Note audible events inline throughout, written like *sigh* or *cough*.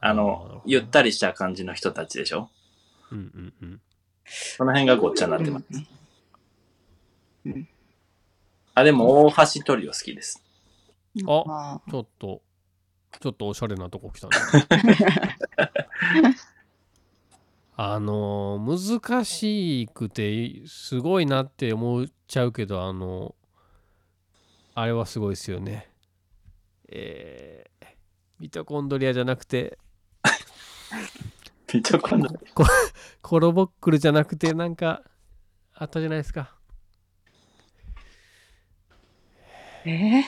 あーあなるのほど、ゆったりした感じの人たちでしょうんうんうん。その辺がごっちゃになってます。うんうんあ、でも、大橋トリオ好きです。あちょっと、ちょっとおしゃれなとこ来た *laughs* ね。あのー、難しくて、すごいなって思っちゃうけど、あのー、あれはすごいですよね。えー、ミトコンドリアじゃなくて、ピトコンドコロボックルじゃなくて、なんか、あったじゃないですか。えー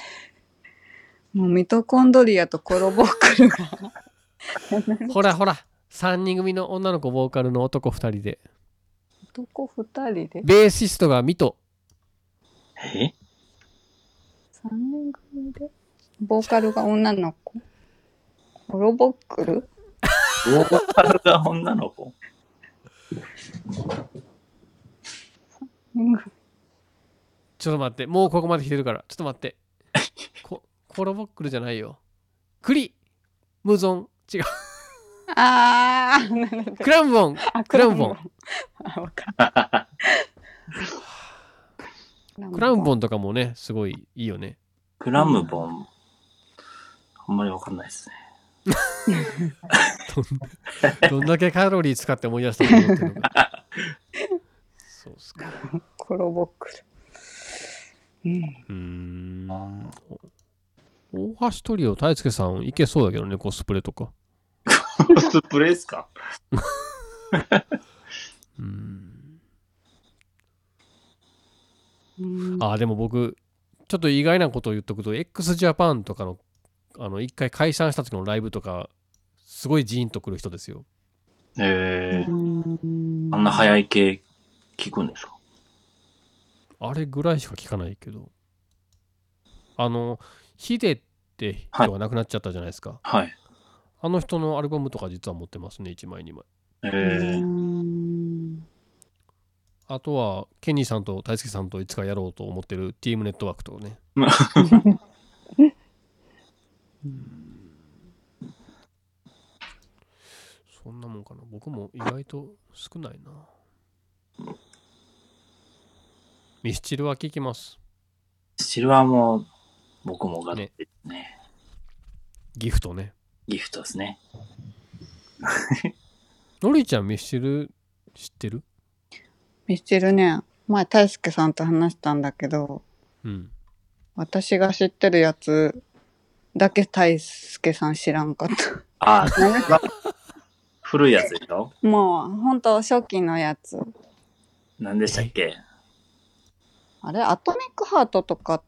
もうミトコンドリアとコロボックルがほらほら、3人組の女の子、ボーカルの男2人で、男2人でベーシストがミト、え3人組でボーカルが女の子コロボックルボーカルが女の子うんちょっと待って、もうここまで来てるから、ちょっと待って。こコロボックルじゃないよ。クリムゾン違う。あーなるほどクラムボンあクラムボン。あわかるクラムンボンとかもね、すごいいいよね。クラムボン。あんまりわかんないですね。どんだけカロリー使って思い出したのっていうのが。そうっすか。コロボックルうんうーん。お大橋トリオ、大輔さん、いけそうだけどね、コスプレとか。スプレーですかうーん。うんあー、でも僕、ちょっと意外なことを言っとくと、x ジャパンとかの、あの、一回解散した時のライブとか、すごいジーンとくる人ですよ。ええうんあんな早い系聞くんですかあれぐらいしか聞かないけど。あの、ヒデってはい人が亡くなっちゃったじゃないですか。はい。あの人のアルバムとか実は持ってますね、1枚2枚。ええうんあとは、ケニーさんと大輔さんといつかやろうと思ってるチームネットワークとかね。そんなもんかな。僕も意外と少ないな。ミスチルは聞きます。シルバーも僕もがってですねギフトね。ギフトですね。のりちゃんミスチル知ってるミスチルね前大輔さんと話したんだけどうん。私が知ってるやつだけ大輔さん知らんか *laughs* ったああ、古いやつでしょもうほんと初期のやつ何でしたっけあれアトミックハートとか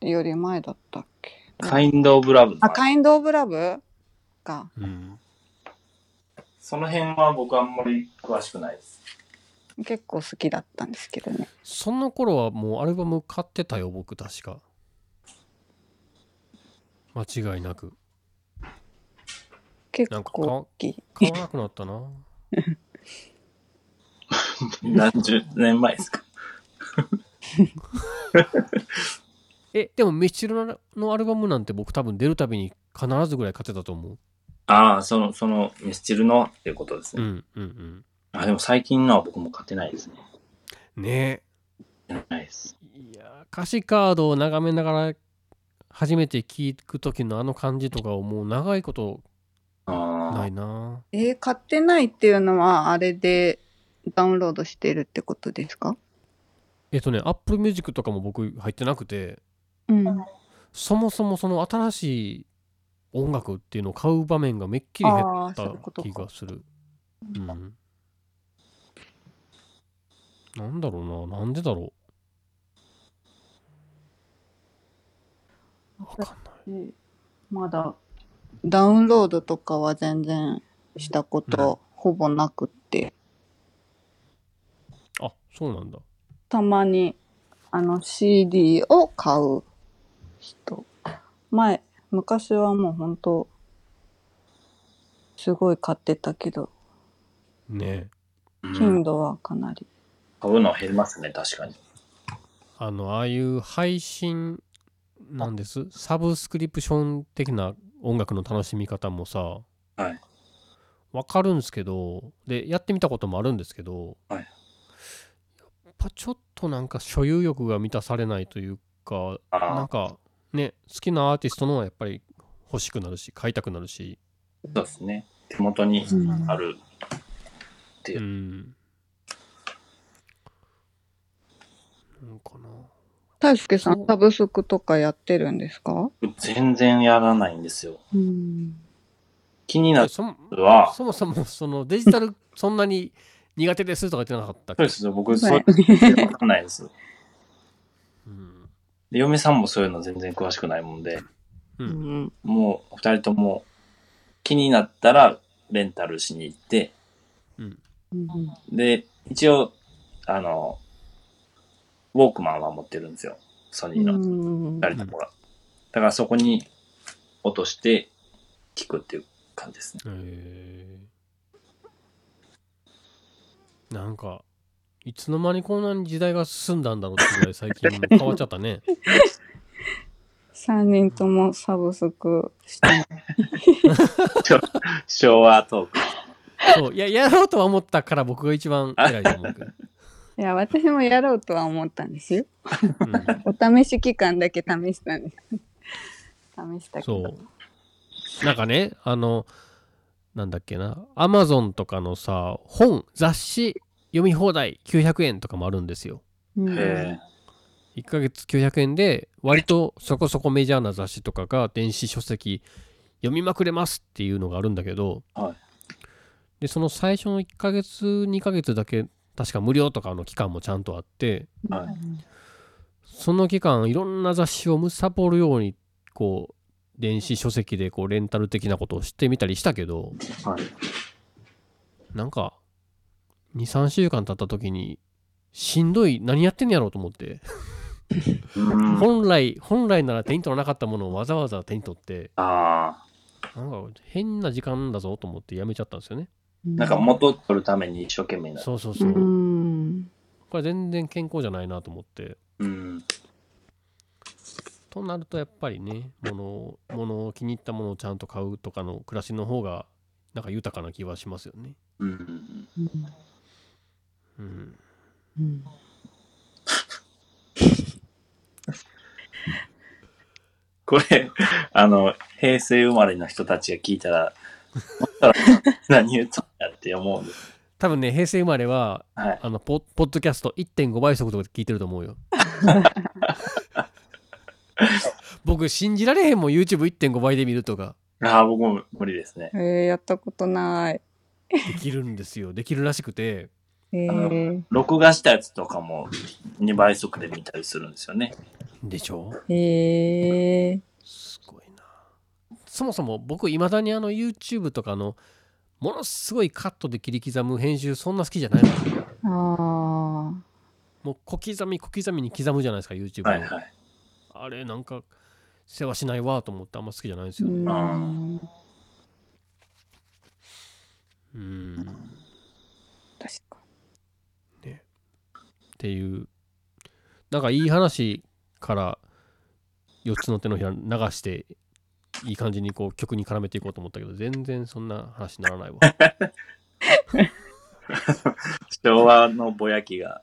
より前だったっけカインド・オブ・ラブのあ、カインド・オブ・ラブか。うん。その辺は僕あんまり詳しくないです。結構好きだったんですけどね。その頃はもうアルバム買ってたよ、僕確か。間違いなく。結なんか構大きい。買わなくなったな。 *laughs* 何十年前ですかえ、でもミスチルのアルバムなんて僕多分出るたびに必ずぐらい買ってたと思う。ああ、その、その、ミスチルのっていうことですうね。んうんあ、でも最近のは僕も買ってないですね。うん。ねないです。え。いやー、歌詞カードを眺めながら初めて聴く時のあの感じとかをもう長いことなあいな。えー買ってないっていうのは、あれでダウンロードしてるってことですかえっとね、Apple Music とかも僕入ってなくて、うん。そもそもその新しい音楽っていうのを買う場面がめっきり減っああ、たそういうこと気かが。する。うん。なんだろうな、なんでだろう。わかんない。うんまだダウンロードとかは全然したことほぼなくって、あ、そうなんだ。たまにあの CD を買う人。前、昔はもう本当すごい買ってたけど、ねえ。あ、うん頻度はかなり。買うの減りますね、確かに。あの、ああいう配信なんです。サブスクリプション的な音楽の楽しみ方もさ、はいわかるんですけどでやってみたこともあるんですけど、はいやっぱちょっとなんか所有欲が満たされないというかあーなんかね好きなアーティストのはやっぱり欲しくなるし買いたくなるしそうですね。手元にうんある。ってうんなんかな大輔さ、そうんサブスクとかやってるんですか全然やらないんですよ。うん。気になるそもは、そそもそもそのデジタル *laughs* そんなに苦手ですとか言ってなかったっうけですよ。僕、いそういうのわかんないです。うんで、嫁さんもそういうの全然詳しくないもんで、ううんん。もう、二人とも、気になったら、レンタルしに行って、うんうんで、一応、あの、ウォークマンは持ってるんですよ。ソニーの。うん二人ともが。だからそこに落として聞くっていう感じですね。へーなんかいつの間にこんなに時代が進んだんだろうってぐらい最 *laughs* 近変わっちゃったね3人ともサブスクして *laughs* ます昭和トーク。そういややろうとは思ったから僕が一番偉いと思うけど、いや、私もやろうとは思ったんですよ。うんお試し期間だけ試したんです。試したけど。そうなんかねあのなんだっけなアマゾンとかのさ本雑誌読み放題900円とかもあるんですようん。へ1ヶ月900円で割とそこそこメジャーな雑誌とかが電子書籍読みまくれますっていうのがあるんだけど、はいでその最初の1ヶ月2ヶ月だけ確か無料とかの期間もちゃんとあってえ。はい。その期間いろんな雑誌を貪るようにこう電子書籍でこうレンタル的なことをしてみたりしたけどはい。なんか23週間経った時にしんどい何やってんやろうと思って。うん。あ本来本来なら手に取らなかったものをわざわざ手に取ってあなんか変な時間だぞと思ってやめちゃったんですよねー。なんかも元取るために一生懸命になる。そうそうそうう、ん。これ全然健康じゃないなと思ってうん。となるとやっぱりね物を物を気に入ったものをちゃんと買うとかの暮らしの方がなんか豊かな気はしますよねうん。うんうんこれ、あの、平成生まれの人たちが聞いたら、 *laughs* 思ったら何言ったんやって思うんです。多分ね平成生まれははい。あのポポッドキャスト1.5倍速とかで聞いてると思う *laughs* よ僕信じられへんもん YouTube1.5 倍で見るとかああ、僕も無理ですね。えー、やったことない。できるんですよできるらしくてえー、録画したやつとかも2倍速で見たりするんですよね。でしょえー、すごいなそもそも僕いまだにあの YouTube とかのものすごいカットで切り刻む編集そんな好きじゃないのああ。もう小刻み小刻みに刻むじゃないですか YouTube を、はいはい。あれなんか世話しないわと思ってあんま好きじゃないんですうよねん。うん確かっていうなんかいい話から4つの手のひら流していい感じにこう曲に絡めていこうと思ったけど全然そんな話になら *laughs* ないわ昭和のぼやきが。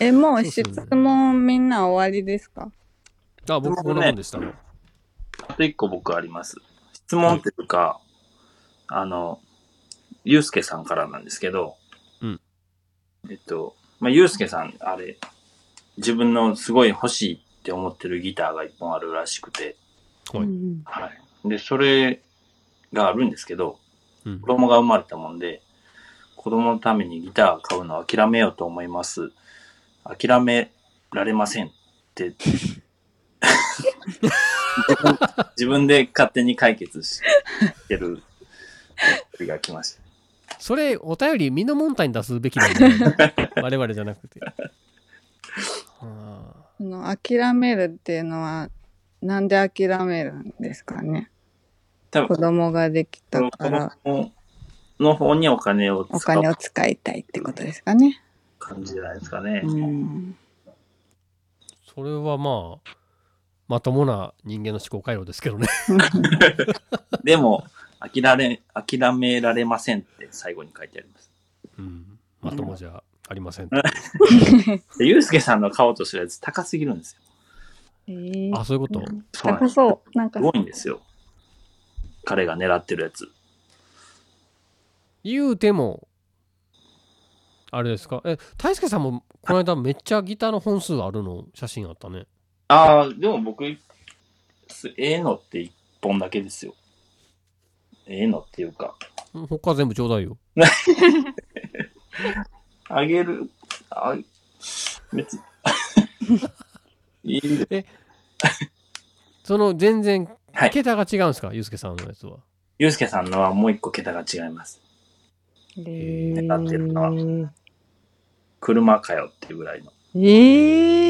え、もうそう質そう問みんな終わりですかあ僕こんなもんでしたねあと一個僕あります。質問というか、あの、ゆうすけさんからなんですけど、うんえっと、まあ、ゆうすけさん、あれ、自分のすごい欲しいって思ってるギターが一本あるらしくて、はいうんはい。で、それがあるんですけど、うん子供が生まれたもんで、子供のためにギターを買うのを諦めようと思います。諦められませんって。 *laughs* 自分で勝手に解決してる人が来ました。それお便りみんなもんたに出すべきなんだよね我々じゃなくてはあその諦めるっていうのは、なんで諦めるんですかね多子分、供ができた子から供の方にお金をお使金うを使いたいってことですかね。感じじゃないですかねう。ん。それはまあまともな人間の思考回路ですけどね。でも、諦め、諦められませんって最後に書いてあります。うん。まともじゃありません。で、ゆうすけさんの買おうとするやつ高すぎるんですよ。 *laughs* えーあ、そういうこと。うんそうなんで高すそう。なんかすごいんですよ。彼が狙ってるやつ。言うても、あれですか。え、大輔さんもこの間めっちゃギターの本数あるの写真あったね。ああ、でも僕、すええのって一本だけですよ。ええのっていうか、うん他全部ちょうだいよ。あげる、あ、 *laughs* 別に。いいんでその全然はい、桁が違うんですか、ゆうすけさんのやつは。ゆうすけさんのはもう一個桁が違います。え狙ってるなー、車かよっていうぐらいの。え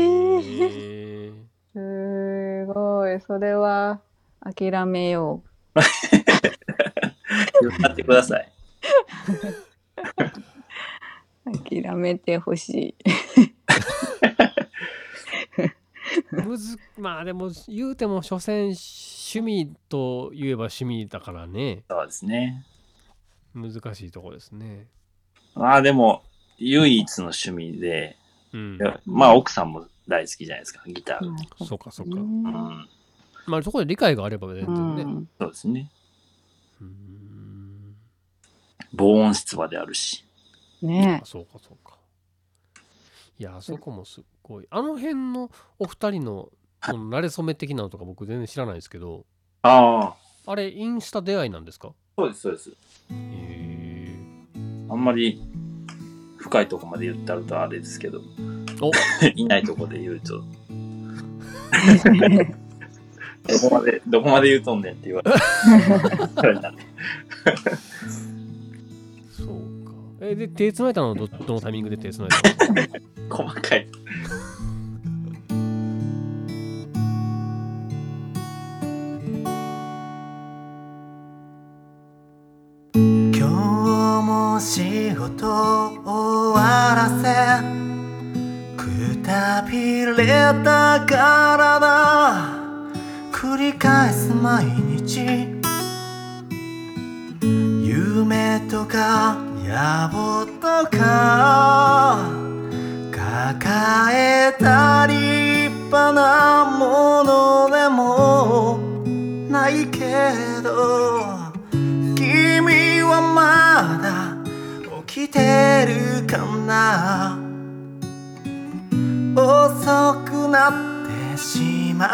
へーーすごい。それは諦めよやってください。う。諦めてほしむずまあでも言うても所詮趣味と言えば趣味だからねそうですね。難しいとこですねまあでも、唯一の趣味で、うんまあ奥さんも大好きじゃないですか、ギタい。ーが。そうかそううかうんん、まあそこで理解があれば全う然ねん。そうですね。うん防音室場であるし。ねあそうかそうかいやあそこもすっごいあの辺のお二人のはいその慣れ初め的なのとか僕全然知らないですけどああ、あれインスタ出会いなんですかそうです、そうです。へえあんまり深いとこまで言ってあるとあれですけど、 *laughs* おいないとこで言うと、 *laughs* え。どこま *laughs* で、どこまで言うとんねんって言われ *laughs* て。それなんでそうかえで手繋いだのはどどのタイミングで手繋いだの細かい。今日も仕事終わらせくたびれた体繰り返す毎日夢とか野望とか抱えた立派なものでもないけど君はまだ起きてるかな遅くなってしまっ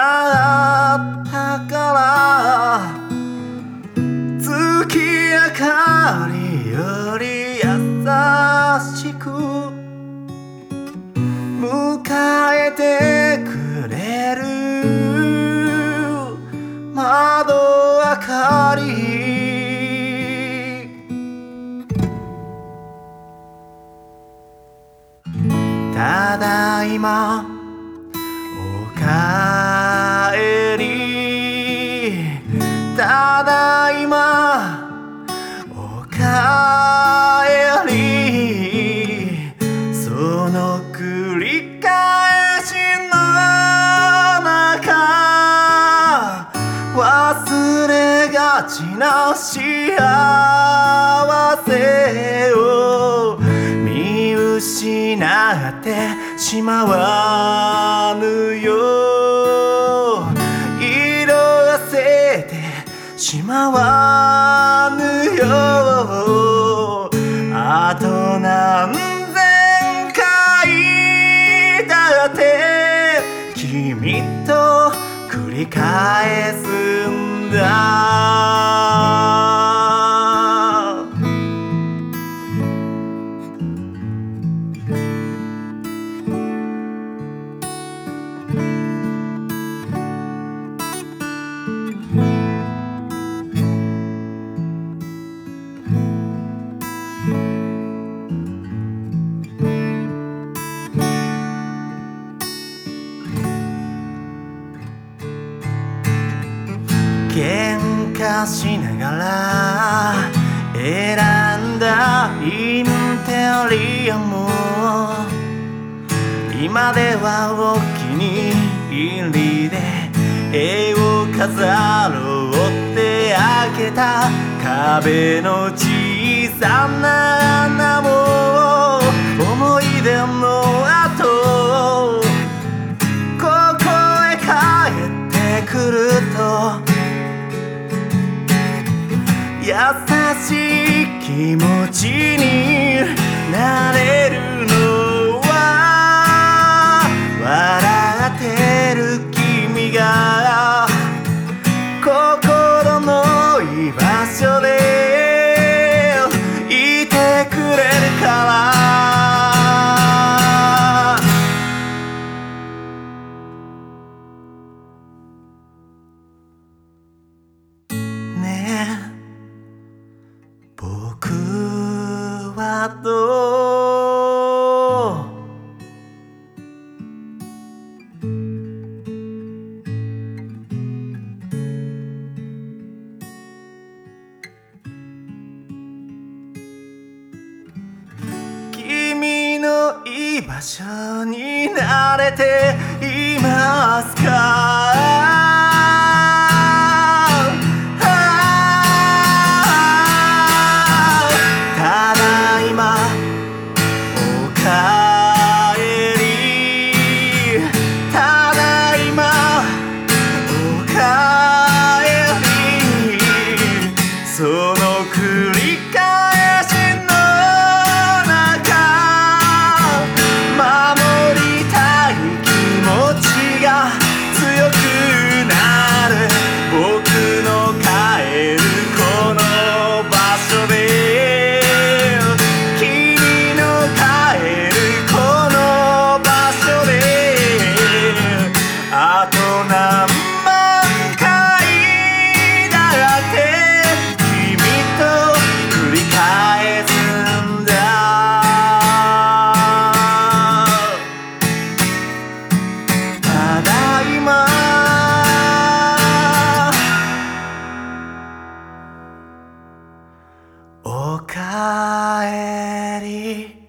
たから月明かりより優しく迎えてくれる窓明かりただいまおかえりただいまおかえりその繰り返しの中忘れがちな幸せを見失ってしまわぬよ色あせてしまわぬよあと何千回だって君と繰り返すんだ喧嘩しながら選んだインテリアも今ではお気に入りで絵を飾ろうって開けた壁の小さな穴も思い出の後ここへ帰ってくると優しい気持ちになれるのは笑ってる君が心の居場所でいてくれるからねえ僕はどう君の居場所に慣れていますかただいまおかえりただいまおかえりその繰り返しの中守りたい気持ちが強くなる僕の帰るこの場所で君の帰るこの場所であと何万回だって君と繰り返すんだただいまおかえり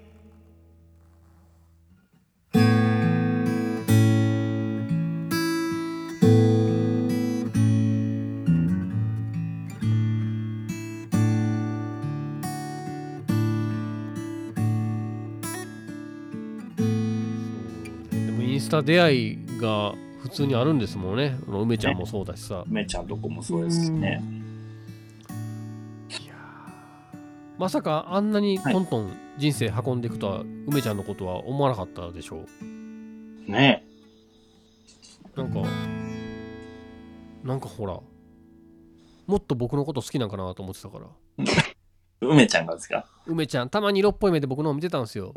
でもインスタ出会いが普通にあるんですもんね。あの梅ちゃんもそうだしさ。めちゃんとこもそうですしね。まさかあんなにトントン人生運んでいくとは、梅ちゃんのことは思わなかったでしょねう。なんか、なんかほら、もっと僕のこと好きなんかなと思ってたから。梅ちゃんがですか梅ちゃん、たまに色っぽい目で僕のを見てたんですよ。